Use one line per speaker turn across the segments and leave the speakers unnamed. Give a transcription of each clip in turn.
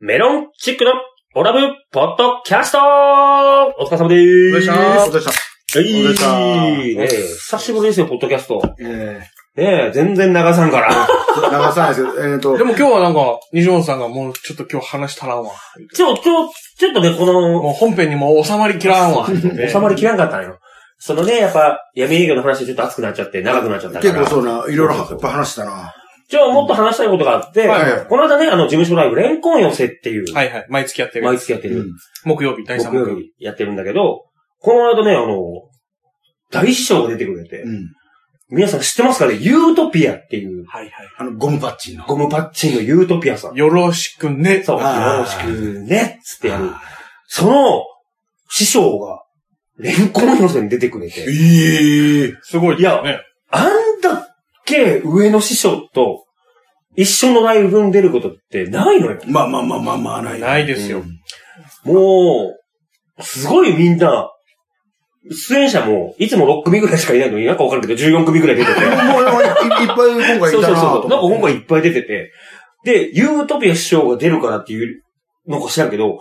メロンチックのオラブポッドキャストお疲れ様で
お
ー
疲れ
す。
様でした。
はい
お疲れ様
ねえ久しぶりですよ、ポッドキャスト。
え
ねえ、全然流さんから。
ー、流さないですけど、えっ、ー、と
で、も今日はなんか、西本さんがもうちょっと今日話足らんわ。
ちょ、ちょ、ちょっとね、この、
もう本編にもう収まりきらんわ。
収まりきらんかったんよ。そのね、やっぱ、闇営業の話ちょっと熱くなっちゃって、長くなっちゃったか
結
ら。
構そうな、いろいろ
そう
い
そう
っぱい話したな。
じゃあ、もっと話したいことがあって、
はいはい
この間ね、あの、事務所ライブ、レンコン寄せっていう、
はいはい。毎月やってる。
毎月やってる、
木曜日、第3
木
木
曜
曜日。
日やってるんだけど、この間ね、あの、大師匠が出てくれて、
うん。
皆さん知ってますかねユートピアっていう、
はいは
あの、ゴムパッチンの。
ゴムパッチンのユートピアさん
い。。よろしくね。
そう、よろ
あ
し
ー
くね、つってやる。
あ
その、師匠が、レンコン寄せに出てくれ
ー
て、
ええ
すごい。
いや
ね。
あんだけ上の師匠と一緒のライブに出ることってないのよ。
まあまあまあまあまあ、ない。
ないですよ。
もう、すごいみんな、出演者も、いつも6組ぐらいしかいないのになんかわかるけど、14組ぐらい出てて。
もう、もういいっぱい今回
そ
い
そう
うたなと
そう。なんか
思っ
今回いっぱい出てて。で、ユートピア師匠が出るからっていうのか知らんけど、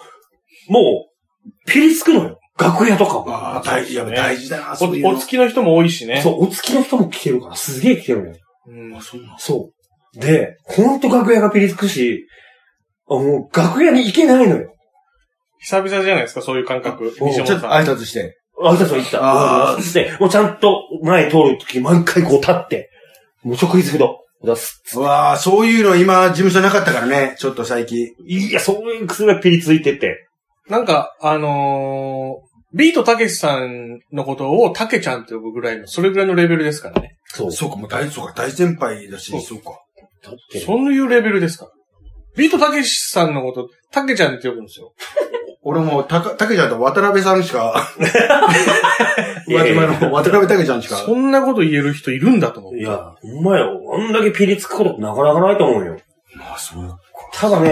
もう、ピリつくのよ。楽屋とか
て。
も。
ああ、大事、やっぱ大事だな、
お
そういう
お
の。
付きの人も多いしね。
そう、お付きの人も来てるから、すげえ来てるのよ。
うん。
あそうなん
そう。で、ほんと楽屋がピリつくし、あもう楽屋に行けないのよ。
久々じゃないですか、そういう感覚。
お
西本
ちょっと
さ
挨
ん。
拶して。
あ、いたそう、行った。
あー
つって、もうちゃんと前通るとき毎回こう立って、もう食事すると、出す。
うわあ、そういうの今、事務所なかったからね、ちょっと最近。
いや、そういう薬がピリついてて。
なんか、あのー、ビートたけしさんのことをたけちゃんって呼ぶぐらいの、それぐらいのレベルですからね。
そう。
そうか、もう大、そうか、大先輩だし
そう、
そうか。
だって
そういうレベルですから。ビートたけしさんのこと、たけちゃんって呼ぶんですよ。
俺も、たか、たけちゃんと渡辺さんし か、
いやいやいや
上手の渡辺たけちゃんしか。
そんなこと言える人いるんだと思う。
いや、ほんまよ。あんだけピリつくことってなかなかないと思うよ。
まあ、そうか。
ただね、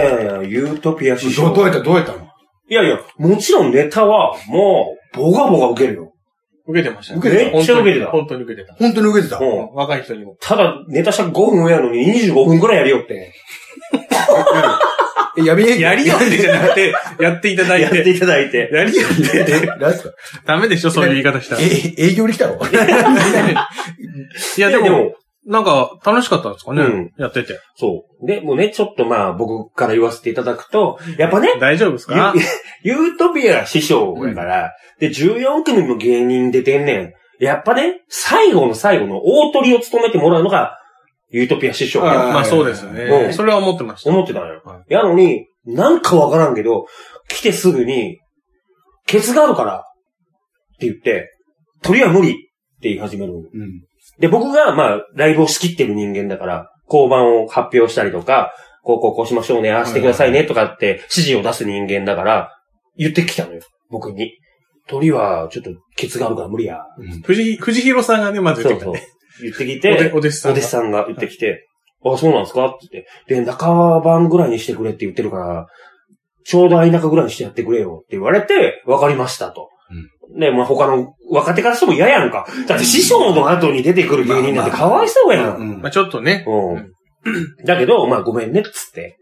ユートピア師匠
どう。どうやった、どうやったの
いやいや、もちろんネタは、もう、ボガボガ受けるよ。
受けてましたね。
受けてた
めっちゃ受けてた
本当に受けてた。
本当に受けてた。
うん
うん若い人にも。
ただ、ネタした5分やのに25分くらいやるよって。
えやめ
やりよってじゃなくて、やっていただ
や
い
って
て。
いただいて。
やりよって。
何すか
ダメでしょ、そういう言い方したら。い
え、営業に来 たの
や、で
いや
も、、なんか、楽しかったんですかね、
うん
やってて。
そう。で、もうね、ちょっとまあ、僕から言わせていただくと、やっぱね、
大丈夫ですか
ユユー トピア師匠やから、で、14組も芸人出てんねん。やっぱね、最後の最後の大鳥を務めてもらうのが、ユートピア師匠や
あー
まあそうですよ
う
ね。
ん
それは思ってました。
思ってたのよ
は。
やのに、なんかわからんけど、来てすぐに、ケツがあるから、って言って、鳥は無理って言い始める。
うん。
で、僕が、まあ、ライブを仕切ってる人間だから、交番を発表したりとか、こうこうこうしましょうね、ああしてくださいね、とかって指示を出す人間だから、言ってきたのよ、僕に。鳥は、ちょっと、ケツがあるから無理や。
藤井、藤弘さんがね、まず
そ
言っ
う
て
そう
き。
言ってき
た。おで
て、
お
お
弟子さ
弟
んが
子。さんが言ってきて、あ、そうなんですかって言って、で、中番ぐらいにしてくれって言ってるから、ちょうど相中ぐらいにしてやってくれよって言われて、わかりましたと。で、まあ、他の若手からしても嫌やんか。だって師匠の後に出てくる芸人なんてかわいそうやん。
うん
まあちょっとね。
うん。だけど、まあごめんね、っつって。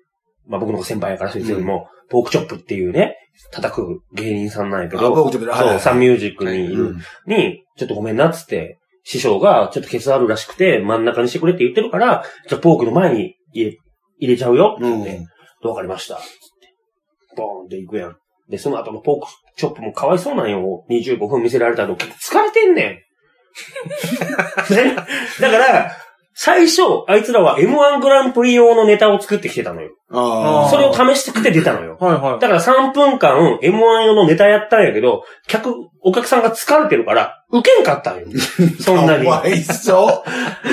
まあ僕の先輩やからそいつよりも、ポークチョップっていうね、叩く芸人さんなんやけ
あポー
ど、
クチョップはいはい
そ
は
う、
い
サンミュージックにいる、
うん
に、ちょっとごめんな、っつって、師匠が、ちょっとケツあるらしくて、真ん中にしてくれって言ってるから、じゃあポークの前に入れ、入れちゃうよ、っつって。
うん
わかりました。つってボーンって行くやん。で、その後のポークチョップもかわいそうなんよ。25分見せられたの。結構疲れてん ねん。ねだから、最初、あいつらは M1 グランプリ用のネタを作ってきてたのよ。
ああ。
それを試してくて出たのよ。
はいはい。
だから3分間 M1 用のネタやったんやけど、客、お客さんが疲れてるから、受けんかったんよ。そんなに。
かわいそ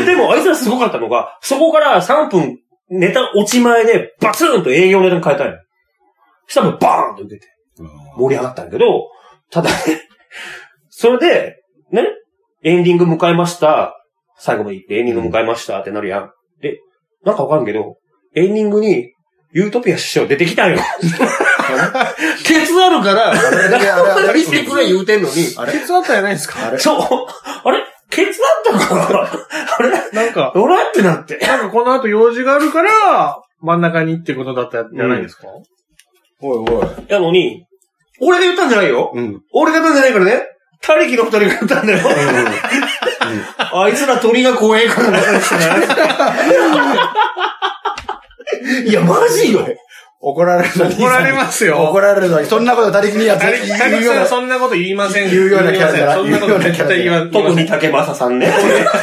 う。
でも、あいつらすごかったのが、そこから3分、ネタ落ち前で、バツンと営業ネタに変えたんよ。そしたらもうバーンと受けて、盛り上がったんやけど、ただね、 それで、ね、エンディング迎えました。最後まで行って、エンディング迎えましたってなるやん。で、なんかわかんけど、エンディングに、ユートピア師匠出てきたんよ。ケツあるから、
れあれあれあれ
仲間にしてくれ言うてんのに、
あれ
ケツあったじゃないですか
あれ
そう、あれケツあったから、あれ
なんか、
俺ってなって。
なんかこの後用事があるから、真ん中にってことだったじゃないですか
おいおい。
やのに、俺が言ったんじゃないよ。
うん。
俺が言ったんじゃないからね。他力の二人が言ったんだよ。あいつら鳥が怖えからな
いや、マジよ。怒られるのに。
怒られますよ。
怒られるのに。そんなこと他力にやつ
たけたけ
言う
し
よう
さん
な
は。そんなこと言いません。
言うようなキャラだな
言いませんそんなこと絶対言わ言いま
特
せん
に竹正さんね。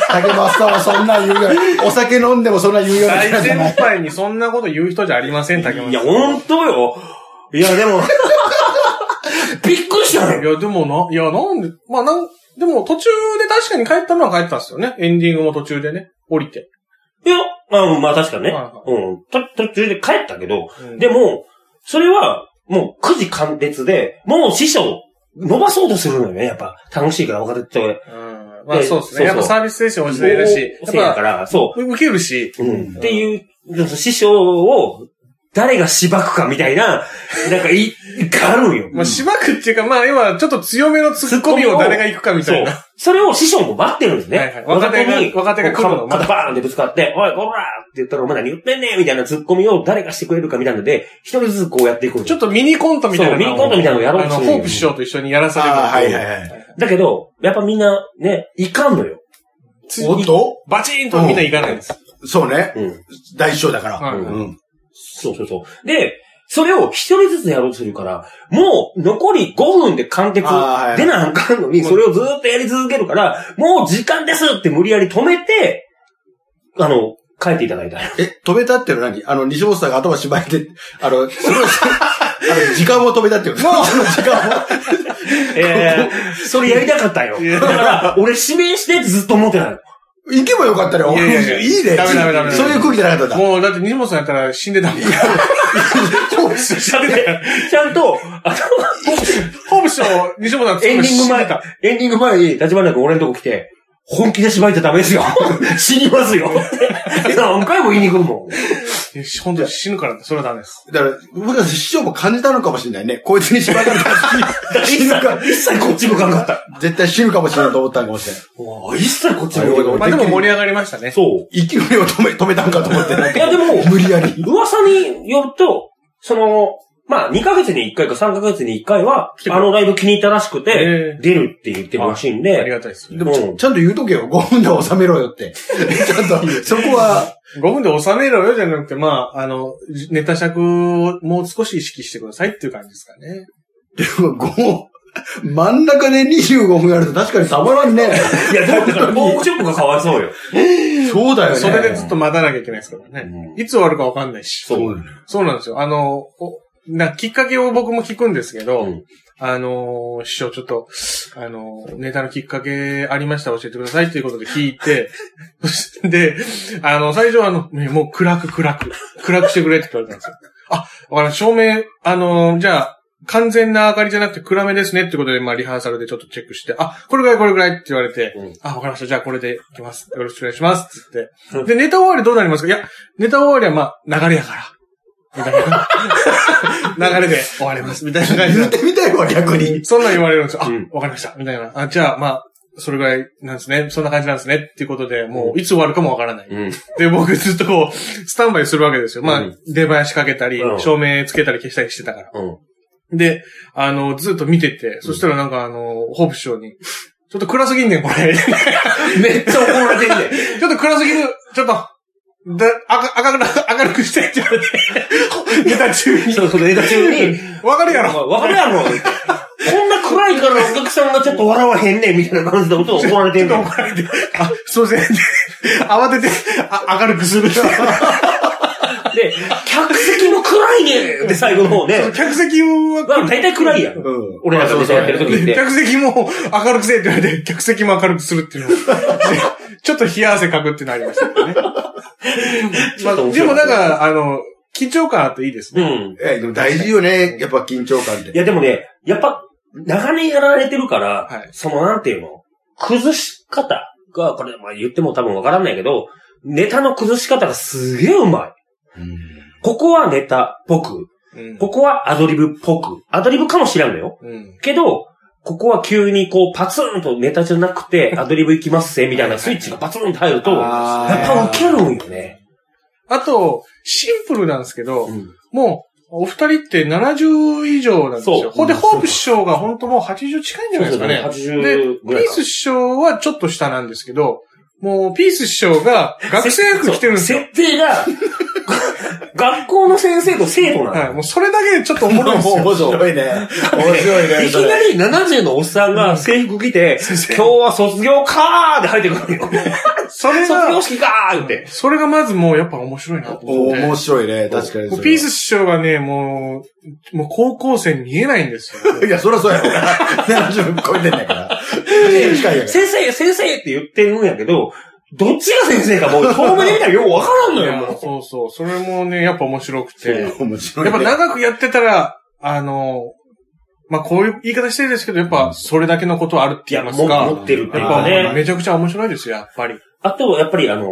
竹松さんはそんな言うような。お酒飲んでもそんな言うようなキャラ
大
じゃ
先
ない。
輩にそんなこと言う人じゃありません、竹
い
本
や、
さん。
ほんとよ。いや、でも、 びっくりしたよ。
いや、でもな、いや、なんで、まあなん、でも途中で確かに帰ったのは帰ったんですよね。エンディングも途中でね、降りて。
いや、まあ、まあ確かにね。
はいは
うん。と途中で帰ったけど、
うん
でも、それは、もう9時間別で、もう師匠、伸ばそうとするのよね。やっぱ、楽しいから分かってて。
うんまあそうです
そうそう
ね。やっぱサービス精神落ちてるし、
せ
や
や
っ
か
ぱ
ら、そう。
受けるし、
うんっていう、その師匠を、誰がしばくかみたいな、なんかい、があるんよ。
まあしばくっていうか、まあ要はちょっと強めのツッコミを誰が行くかみたいな。
そう。それを師匠も待ってるんですね。
はいはい若手が若手が来るのを
こう肩
待って
バーンってぶつかって、おい、こらって言ったら、お前何言ってんねんみたいなツッコミを誰がしてくれるかみたいなので、一人ずつこうやっていくの
ちょっとミニコントみたいなの
そ
を。
うミニコントみたいなのをやろう
あ
と
の、
する
ホープ師匠と一緒にやらされる。
ああ、はいはいはい。
だけど、やっぱみんな、ね、いかんのよ。
つ
おっと
バチーンとみんな行かないんです。
そうね。
うん。
大師匠だか
は
ら。
い
うん
うん。
そうそうそう。で、それを一人ずつやろうとするから、もう残り5分で完結
あーはい
でなあかんのに、それをずーっとやり続けるから、もう時間ですって無理やり止めて、あの、帰っていただい た。
え、飛べたってのは何あの、西本さんが頭縛いて、あの、すごい、あの、時間も飛べたっていう。もう時間も。
ええそれやりたかったよ。だから、俺指名してってずっと思って たの。
行けばよかったよ。い
いや
い
いやいや
ね。
ダメダメダメダメ
そういう空気じゃなかったんだ。
もうだって西本さんやったら死ん でたもん。
ちゃんと、ちゃんと、あ
ホームショー、西本さん
の、エンディング前
か。
エンディング前に、立花君俺のとこ来て、本気で芝居ちゃダメですよ。 死にます よ。何回も言いに来るもん。
いや本当に死ぬからって、それはダメです。
だから、僕ら師匠も感じたのかもしれないね。こいつに縛られたら死
一
ぬか
切、一切こっち向かなかった。
絶対死ぬかもしれないと思ったんかもしれない。
おー一切こっち向かな
ま
か
あ
っ
でも盛り上がりましたね
た。。そう。
息の根を止め、止めたんかと思って。なん
い
か
や、でも、
無理やり。
噂によると、その、まあ、2ヶ月に1回か3ヶ月に1回は、あのライブ気に入ったらしく
へ
て、出るって言ってるらしいん
あり
で、
がたいです。
でもちゃ、ちゃんと言うとけよ。5分で収めろよって。ちゃんと、そこは、
5分で収めろよじゃなくて、まあ、あの、ネタ尺をもう少し意識してくださいっていう感じですかね。
でも5、真ん中で25分やると確かにたまらんね。
いや、だ から、ポークチョップがかわいそうよ。
そうだよね。
それでずっと待たなきゃいけないですからね。いつ終わるかわかんないし。
そう。
そうなんですよ。あの、おな、きっかけを僕も聞くんですけど、
うん
あのー、師匠、ちょっと、あのー、ネタのきっかけありましたら教えてくださいということで聞いて、 そしてで、あの、最初はあの、ねもう暗く暗く、暗くしてくれって言われたんですよ。あ、わかりました照明、あのー、じゃあ、完全な明かりじゃなくて暗めですねってことで、まあ、リハーサルでちょっとチェックして、あ、これぐらいこれぐらいって言われて、
うん
あ、わかりました。じゃあこれでいきます。よろしくお願いします。って言って。で、ネタ終わりどうなりますかいや、ネタ終わりはまあ、流れやから。みたい な。流れで終わります。みたいな感じ
言
な
っ。てみたいわ、逆に。
そんなん言われるんですよ。あ、
うん
わかりました。みたいな。あ、じゃあ、まあ、それぐらいなんですね。そんな感じなんですね。っていうことで、もう、いつ終わるかもわからない。
うん。
で、僕ずっとこう、スタンバイするわけですよ。まあ、
うん
出囃子かけたり、
うん
照明つけたり消したりしてたから。
うん。
で、あの、ずっと見てて、そしたらなんかあの、ホープ師匠に、ちょっと暗すぎんねん、これ。
めっちゃ怒られてんねん。
ちょっと暗すぎる、ちょっと、だ、赤、明るく、明るくしてって言われて、ネタ 中に。
そう、その枝中に、
わかるやろ。
わかるやろってこんな暗いからお客さんがちょっと笑わへんねんみたいな感じでことを怒られてん
ち
ね
ょっ
ん
と。怒られて、あ、そうですね。慌てて、あ、明るくする。
で、客席も暗いねんって最後の方ね。
客席は、
まあ、大体暗いやん。
うん
俺らがネタやってる時って。
客席も明るくせえって言われて、客席も明るくするっていう のをちょっと冷や汗かくっていうのありましたけどね。まあ、でもなんか、あの、緊張感あっていいです
う
ね。
ん。
え、でも大事よね。やっぱ緊張感って
い。や、でもね、やっぱ、長年やられてるから、
はい
その、なんていうの、崩し方が、これ、まあ言っても多分わからないけど、ネタの崩し方がすげえうまい。ここはネタっぽく、
うん
ここはアドリブっぽく、アドリブかもしれんのよ。
うん。
けど、ここは急にこうパツンとネタじゃなくて、アドリブ行きますぜ、みたいなスイッチがパツンと入ると、やっ
あー
ぱ受けるんよね。
あと、シンプルなんですけど、
うん
もう、お二人って70以上なんです
そう
よ。ほんで、ホープ師匠が本当もう80近いんじゃないですかね。で、ピ
80ぐら
ー
いか。
ス師匠はちょっと下なんですけど、もう、ピース師匠が学生服着てるんですよ。
設定が、学校の先生と生徒なの。
はい。もうそれだけでちょっとおもろいん ですよ。
面白いね。面白いね。
いきなり70のおっさんが制服着て、今日は卒業かーって入ってくるよ。
それ
卒業
が、
式かーって。
それがまずもうやっぱ面白いなと
お
思って。
面白いね。確かにそ
もう
れ。
ピース師匠がね、もう、もう高校生に見えないんですよ。
いや、そりゃそうやろ。70超えてんねんから。
で
近いやから。
先生、先生って言ってるんやけど、どっちが先生かもう遠目で見たらよくわからんのよ、
いや
もう。
そうそう。それもね、やっぱ面白くて。
面白い
や
ね。
っぱ長くやってたら、あの、まあ、こういう言い方してるんですけど、やっぱそれだけのことあるって
い
言い
や、
ま
も
すか。
持ってるっていう
やっ
か
ぱ
ね。
めちゃくちゃ面白いですよ、やっぱり。
あと、やっぱりあの、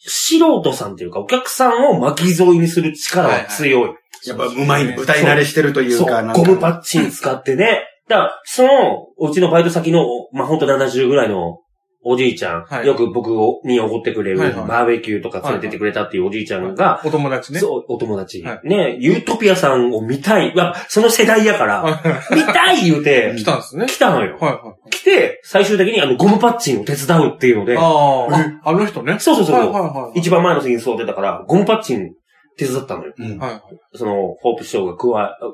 素人さんっていうか、お客さんを巻き添いにする力は強い。
やっぱうまい、舞台慣れしてるという
そう
か、なん、か
ゴムパッチン使ってね。だから、その、うちのバイト先の、まあ、ほんと70ぐらいのおじいちゃん、
はい
よく僕におごってくれる、
はいはい
バーベキューとか連れてってくれたっていうおじいちゃんが、
お友達ね。
そう、お友達、
は
ね、ユートピアさんを見たい。まあその世代やから、見たい言うて、
来たんですね。
来たのよ。
はいは
来て、最終的にあの、ゴムパッチンを手伝うっていうの
い。
で、
ああ、あの人ね。
そうそうそう
はいはいはい。
一番前の席に座ってたから、ゴムパッチン手伝ったのよ。
うん
はい
その、ホープ師匠が加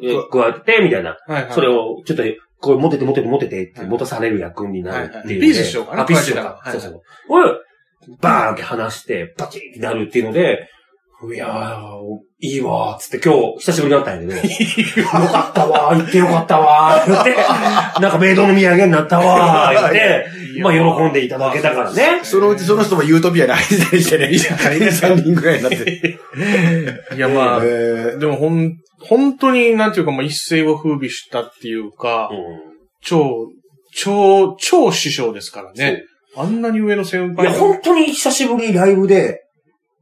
え、え加えて、みたいな。
はいはい。
それを、ちょっと、これ持てて持てて持ててって、
はい
持たされる役になるっていう、
はいはいピース師匠かな
あ、ピース師匠か
加。
そ
えて
う
た
そ
の
う。これ、バーンって話して、パチンってなるっていうので、いやー、いいわー、つって今日、久しぶりに会ったんや けど、よかったわー、行ってよかったわー、って、なんかメイドの土産になったわー、って、
いいよ
まあ喜んでいただけたからね。
そのうちその人もユートピアに入ったりしてね、3人ぐらいになってる。
いやまあ、
え
でもほん、本当になんていうか、まあ一世を風靡したっていうか、超、超、超師匠ですからね。あんなに上の
い
先
や、
輩が
本当に久しぶりにライブで、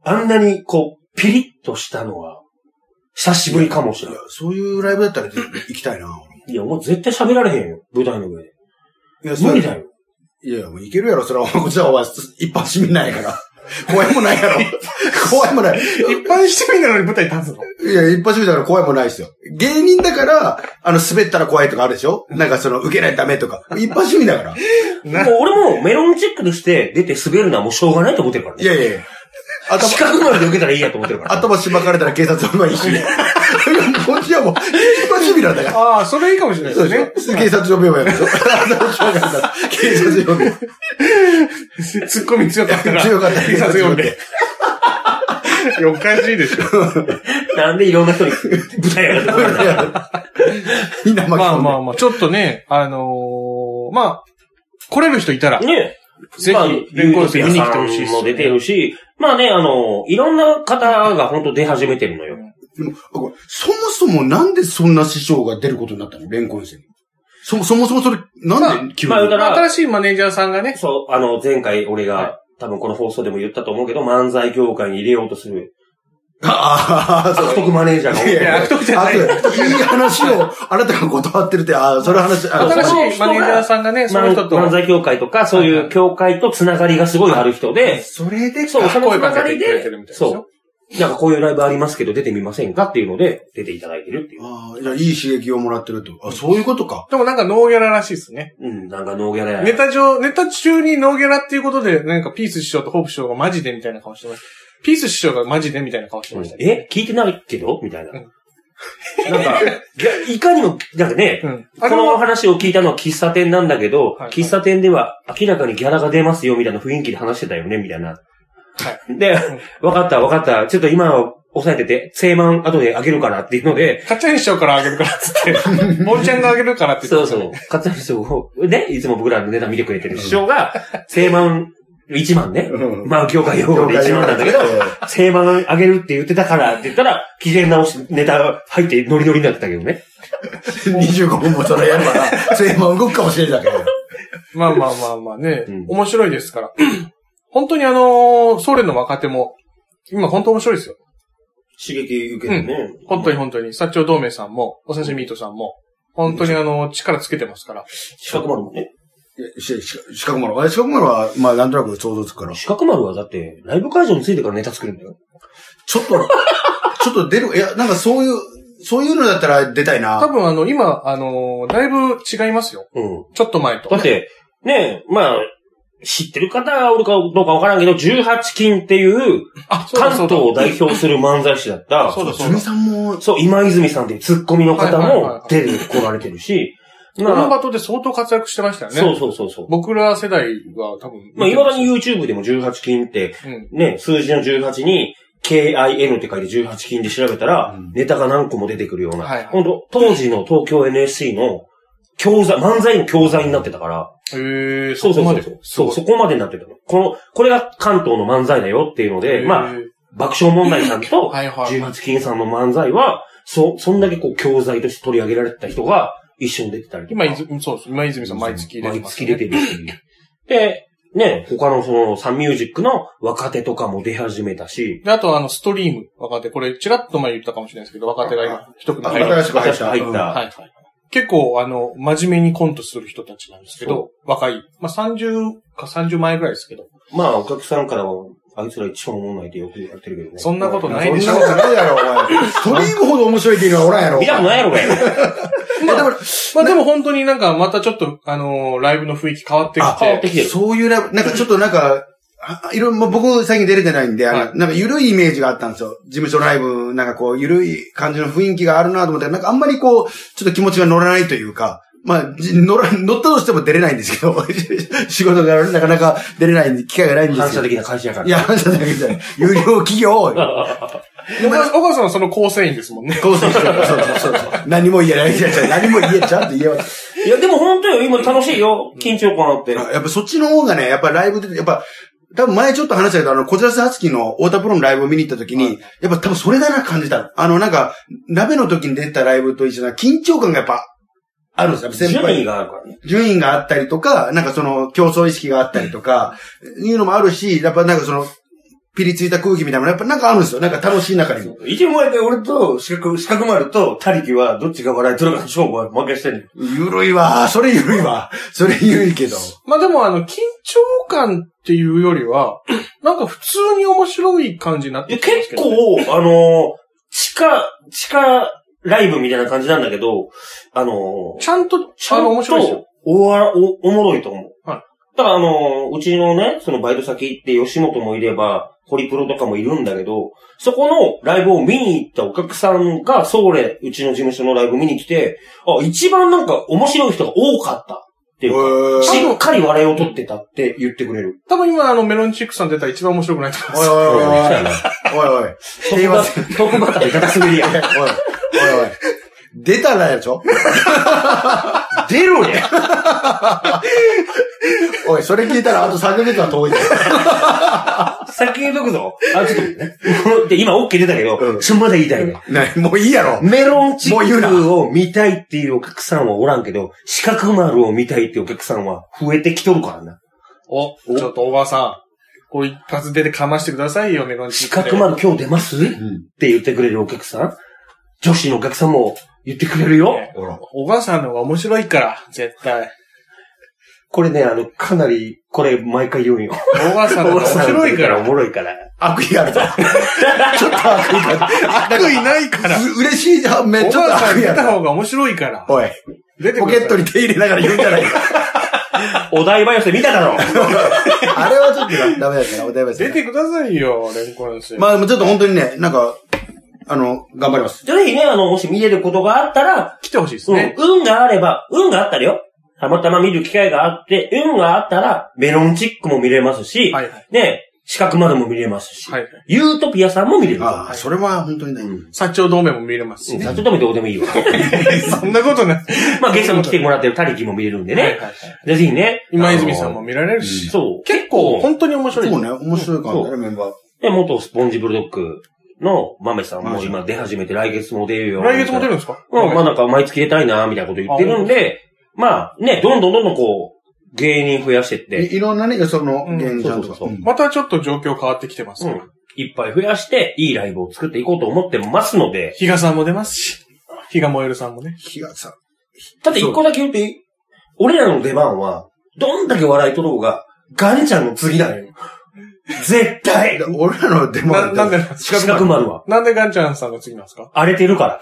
あんなにこう、ピリッとしたのは、久しぶりかもしれ
ー
ない。
そういうライブだったら行きたいな。
いや、もう絶対喋られへんよ。舞台の上で。
いや、
無理だよ。
いや、もういけるやろ、それは。こっちはお前、一般市民なんやから。 怖いもないやろ。怖いもない。
一般市民なのに舞台に立つの
いや、一般市民だから怖いもないですよ。芸人だから、あの、滑ったら怖いとかあるでしょなんかその、受けないとダメとか。一般市民だから。い
もう俺もメロンチェックとして出て滑るのはもうしょうがないと思ってるからね。
やいやいや。頭
資、格まで受けたらいいやと思ってるから、ね。
頭しばかれたら警察呼べばいいし。こっちはもう、一般市民なんだから。
ああ、それいいかもしれない
そう
で
ですしょ警察呼べばいいでしょ頭しばかれたら警察呼べ。
ね。ツッコミ強かった ら。
強かったら
警察呼んで。いやおかしいでしょ。
なんでいろんな人に舞台上がってくるんだよ。
みんな巻き
ま
込
あ
んで。
まあまあ、ちょっとね、あのー、まあ、来れる人いた ら、
ね
ぜ
まあ
ひ、レンコース見に来てほしい
ユートピアさ
で
んも
す
出て
ね。
るし、まあね、あの、いろんな方が本当出始めてるのよ。
でもあこれそもそもなんでそんな師匠が出ることになったのレンコン生に。そもそもそもそれ、なんで急に、
まあまあ
まあ新しいマネージャーさんがね、
そう、あの、前回俺が、
は
多分この放送でも言ったと思うけど、漫才業界に入れようとする、
ああ、
悪徳マネージャーが多い
い
る。
や、
悪徳じゃない
悪徳いい話を、あなたが断ってるって、ああ、それ話、あ
そう
新しいマネージャーさんがね、その人と、
漫才協会とか、そういう協会とつながりがすごいある人で、
それで、
そう、そのつ
声
な
か
が
け
り
てくれてるみ
で、
たいです
そ
よ。
う。なんかこういうライブありますけど出てみませんかっていうので、出ていただいてるっていう。
ああ、いや、いい刺激をもらってると。あ、そういうことか。
でもなんかノーギャラらしいですね。
うん、なんかノーギャラや。
ネタ上、ネタ中にノーギャラっていうことで、なんかピース師匠とホープ師匠がマジでみたいな顔してました。ピース師匠がマジでみたいな顔して
う
ま
ん
した、ね。
え聞いてないけどみたいな。
うん
なんか、いやいかにも、なんかね、
うん。あ
こ
れ
の
は、
話を聞いたのは喫茶店なんだけど、
はい
喫茶店では明らかにギャラが出ますよみたいな雰囲気で話してたよね、みたいな。で、わかったわかった、ちょっと今は抑えてて、正満後であげるからっていうので、
カッチャン師匠からあげるからっつ って、ボンちゃんがあげるからって言
そ
っ
う
てた
そう、勝田師匠を、ね、いつも僕らのネタ見てくれてる師匠が、正満1万ね。
うん
まあ、業界用語で1万なんだけど、正満あげるって言ってたからって言ったら、機嫌直し、ネタ入ってノリノリになってたけどね。
25分もそれやればな、それも動くかもしれないけど。
まあまあまあまあね
うん、
面白いですから。本当にあのー、ソ連の若手も、今本当面白いですよ。
刺激受けてね。
本当に本当に。薩長同盟さんも、お刺身ミートさんも、本当にあのー、力つけてますから。
四角丸もね。
しし四角丸。あ四角丸は、まあ、なんとなく想像つくから。
四角丸はだって、ライブ会場についてからネタ作るんだよ。
ちょっと、ちょっと出る、いや、なんかそういう、そういうのだったら出たい
多
な。
分あの、今、あの、だいぶ違いますよ。
うん。
ちょっと前と。
だって、ねえ、まあ、知ってる方がおるかどうかわからんけど、18金っていう、
あ、そう
関
だそう
東
だ
を代表する漫才師だった、
そうだそう
ズミ
だ。
さんも、
そう、今泉さんっていうツッコミの方
はいはいはいは
も
い
出てこられてるし、
この
まあ
バトで相当活躍してましたよね。
そうそうそうそう。
僕ら世代は多分。
まあ、いまだに YouTube でも18金って、
うん。
ね、数字の18に、KIN って書いて18金で調べたら、
うん
ネタが何個も出てくるような。
はいはい
本当当時の東京 NSC の教材、漫才の教材になってたから、
へえ、
そう
そ
そ
こ
う
ま
そ
で。
う。そう、そこまでになってたの。この、これが関東の漫才だよっていうので、まあ、爆笑問題さん
あ
と、
はいはい。
18金さんの漫才は、そ、そんだけこう教材として取り上げられてた人が一緒に出てたりとか。
今、いずそうです。今泉さん毎月出て
毎
ます
月
ね
出てるし。で、ね、他のそのサンミュージックの若手とかも出始めたし、
で、あと、あの、ストリーム、若手、これ、ちらっと前言ったかもしれないですけど、若手が今、一組
あ
入りま
新しく入
新
っ
しく
た。
入
う
っ
ん
た。
はい。結構、あの、真面目にコントする人たちなんですけど、若い。まあ、30か30前ぐらいですけど、
まあ、お客さんからは、あいつら一番おもんないってよく言われてるけどね。
そんなこと
そん
な
ないこ
でしょ。
とないやろ、お前。ストリームほど面白いっていうのはおらんやろ。
見たことないやろ、これ。
まあだから
まあ、でも本当になんか、またちょっと、あのーライブの雰囲気変わってき
あ
変わって
て、
きてる。
そういうライブ、なんかちょっとなんか、あいろいろ、もう僕最近出れてないんで、あの
は
なんか緩いイメージがあったんですよ。事務所ライブ、なんかこう、緩い感じの雰囲気があるなと思ったら、なんかあんまりこう、ちょっと気持ちが乗らないというか、まあ、じ乗ら、乗ったとしても出れないんですけど、 仕事がなかなか出れないんで、機会がないんで
反
す
射
よ。
的な会社やから。
いや、反射だけじゃない。有料企業
小川さんはその構成員ですもんね。
構成してるそうそうそうそう。何も言えない。いやいや何も言えちゃんと言えます。
いや、でも本当よ、今楽しいよ。緊張感あって。
やっぱそっちの方がね、やっぱライブで、やっぱ、多分前ちょっと話したけど、あの、小白瀬敦樹の太田プロのライブを見に行った時に、やっぱ多分それだな感じたの。あの、なんか、鍋の時に出たライブと一緒な緊張感がやっぱ、あるんですよ。やっぱ先
順位
輩。
があるからね。
順位があったりとか、なんかその競争意識があったりとか、いうのもあるし、やっぱなんかその、ピリついた空気みたいなのもやっぱなんかあるんですよ。なんか楽しい中にも。
一応前で俺と四角、四角丸と他力はどっちが笑い取るか勝負は負けしてんねん。
ゆるいわ。それゆるいわ。それゆるいけど。
まあでもあの、緊張感っていうよりは、 なんか普通に面白い感じになっ
いや
てきてます
結
けど、
構、あのー地下、地下ライブみたいな感じなんだけど、あのー
ちゃんと、
ちゃ
あの、面
ん
白いですよ。
とおわらお、おもろいと思う。
はい
だからあのーうちのね、そのバイト先って吉本もいれば、ホリプロとかもいるんだけど、そこのライブを見に行ったお客さんが、ソーレ、うちの事務所のライブ見に来て、あ、一番なんか面白い人が多かったっていうか、
おい
しっかり笑いを取ってたって言ってくれる。
多分今あの、メロンチックさん出たら一番面白くないと思います。
おいおいおいおい。おいおい。
トップ
平和
バ
す
ットップバッターで片隅にや
おいおいおい。出たらやでしょ
出ろね
おい、それ聞いたらあと3ヶ月は遠いぞ。
先言うとくぞ。あ、ちょっとね。で、今 OK 出たけど、
うん
ちょ、まだ言いたいね。
ね、もういいやろ。
メロンチ
もう言う
ッ
な
クを見たいっていうお客さんはおらんけど、四角丸を見たいっていうお客さんは増えてきとるからな。
お、ちょっとおばさん。こう一発出てかましてくださいよ、メロンチ
四
ックで。
角丸今日出ますっ
うん。
て言ってくれるお客さん女子のお客さんも言ってくれるよ。
ね
ほら。
おばさんの方が面白いから、絶 対。
これね、あの、かなり、これ毎回言うんよ。
おばさんの方が面白いか
お
ら。
もろいから。
悪意あるぞ。ちょっと悪意が
悪意ないから。
う嬉しいじゃん。め
お
っちゃ
ばさん
悪
出
意あ
た
る。
方が面白いから。
おい、
出て
ポ
く
ケ
だ
ット
さい。
に手入れながら言うんじゃないよ
お台場寄せ見ただろ
あれはちょっとダメだったな、お題目
出てくださいよ、レンコン生。
まあでもちょっと本当にね、なんか、あの、頑張ります。
ぜひね、あの、もし見れることがあったら、
来てほしいです
うん
ね。
運があれば、運があったらよ。たまたま見る機会があって、運があったら、メロンチックも見れますし、
はいはい。
ね、四角丸も見れますし、
はい。
ユートピアさんも見れるから。
ああ、それは本当にね。
うん。
薩長同盟も見れますしね。
さとでもどうでも いいわ。
そんなことない。
まあ、ゲストに来てもらってるタリキも見れるんで
はい
ね。
はいはい
ぜひね。
今泉さんも
あ
見られる
の。
し。
そう。
結構、本当に面白い。
そうね、面白い感じだね、メンバー。
で、元スポンジブルドッグの豆さん
マ
も
メ
今出始めて、来月も出るよ。
来月も出るんですか
うん、まあなんか毎月出たいな、みたいなこと言ってるんで、まあね、どんどんどんどんこう、芸人増やしてって、
いいろんなね、その、
うん
芸人さんと
そうそうそ
か。
う
うん
またちょっと状況変わってきてます
う
から。
ん。いっぱい増やして、いいライブを作っていこうと思ってますので、
比嘉さんも出ますし。比嘉もえるさんもね。
日がさ、
ただ一個だけ言っていい俺らの出番は、どんだけ笑い取ろうが、ガンちゃんの次だよ。絶対
で俺らのデモ
な、なんで、
四角丸は。
なんでガンちゃんさんが次なんですか
荒れてるから。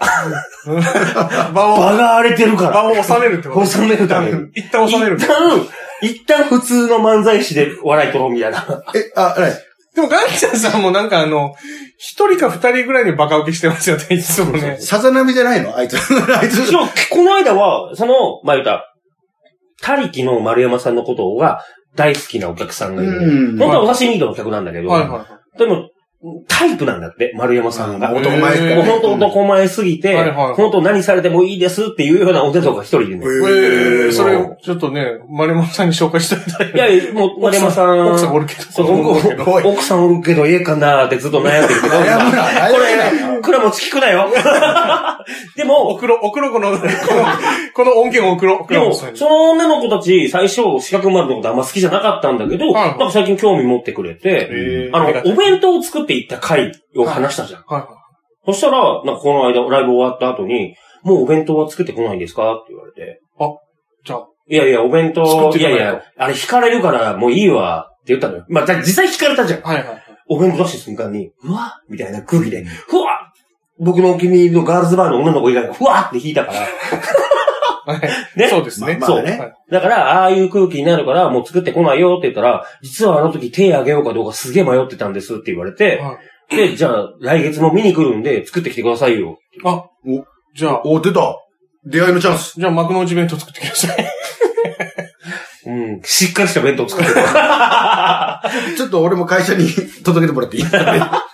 場を、
場が荒れてるから。
場を収めるってこと
収めるために
一旦収める
一。旦、一旦普通の漫才師で笑い取ろうみたいな。
え、あ、あれ、
でもガンちゃんさんもなんかあの、一人か二人ぐらいにバカ受けしてますよね、いつもね。
さざ波じゃないのあいつ。あいつ。
一応、この間は、その、まあ、言うたら、他力の丸山さんのことが大好きなお客さんがいる。
うん。
本当はお刺身のお客なんだけど、
はいはいは
でも、タイプなんだって、丸山さんが。
まあ
も
男前ですからね
え
う
ー
本当男前すぎ
はい
て
はいはい、
本当何されてもいいですっていうようなお手とが一人いるね。
い。
え
え
ー
えそれ、ちょっとね、丸山さんに紹介していただい
いやいや、もう丸山さん、
奥さんおるけど。
そう奥
おるけど
おい
奥さんおるけど、ええかなーってずっと悩んでるけど。
悩むな
こ
悩む
れ、倉持聞くなよ。 でも、
おくろ、おくろこの、この、この音源をおくろ、おく
で
ろ
も、
さんに。
その女の子たち、最初、四角丸のことあんま好きじゃなかったんだけど、
はい
なんか最近興味持ってくれて、
えー
あの
りが、たい
お弁当を作っていった回を話したじゃん。
はい
そしたら、なんかこの間、ライブ終わった後に、もうお弁当は作ってこないんですかって言われて。
じゃあ、
いやいや、お弁
作っ
当、
て
い
こな
や
い
い
と
や、あれ引かれるからもういいわって言ったのよ。まあ、だ実際引かれたじゃん。
はいはいはい。
お弁当出した瞬間に、うわみたいな空気で、ふわ僕のお気に入りのガールズバーの女の子以外がふわって引いたから。ね
そうですね。
まあ
そう
まあね。
はい
だから、ああいう空気になるから、もう作ってこないよって言ったら、実はあの時手あげようかどうかすげえ迷ってたんですって言われて、
はい
で、じゃあ来月も見に来るんで作ってきてくださいよ。
あ
お、
じゃあ、
お、出た。出会いのチャンス。
じゃあ幕の内弁当作ってきましたい。
うん、しっかりした弁当作って
ちょっと俺も会社に 届けてもらっていい
まあ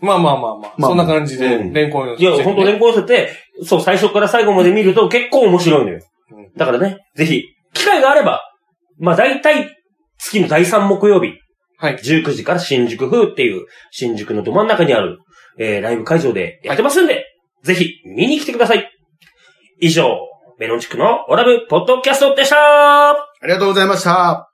まあまあまあ。
まあ
そんな感じで、
うん
連行の。
いや、本当
ね。
連行寄せて、そう、最初から最後まで見ると結構面白いのよ
うん。
だからね、ぜひ、機会があれば、まあ大体、月の第3木曜日、
はい。
19時から新宿風っていう、新宿のど真ん中にある、えー、ライブ会場でやってますんで、ぜひ、見に来てください。以上、メロンチックのオラブポッドキャストでした
ありがとうございました。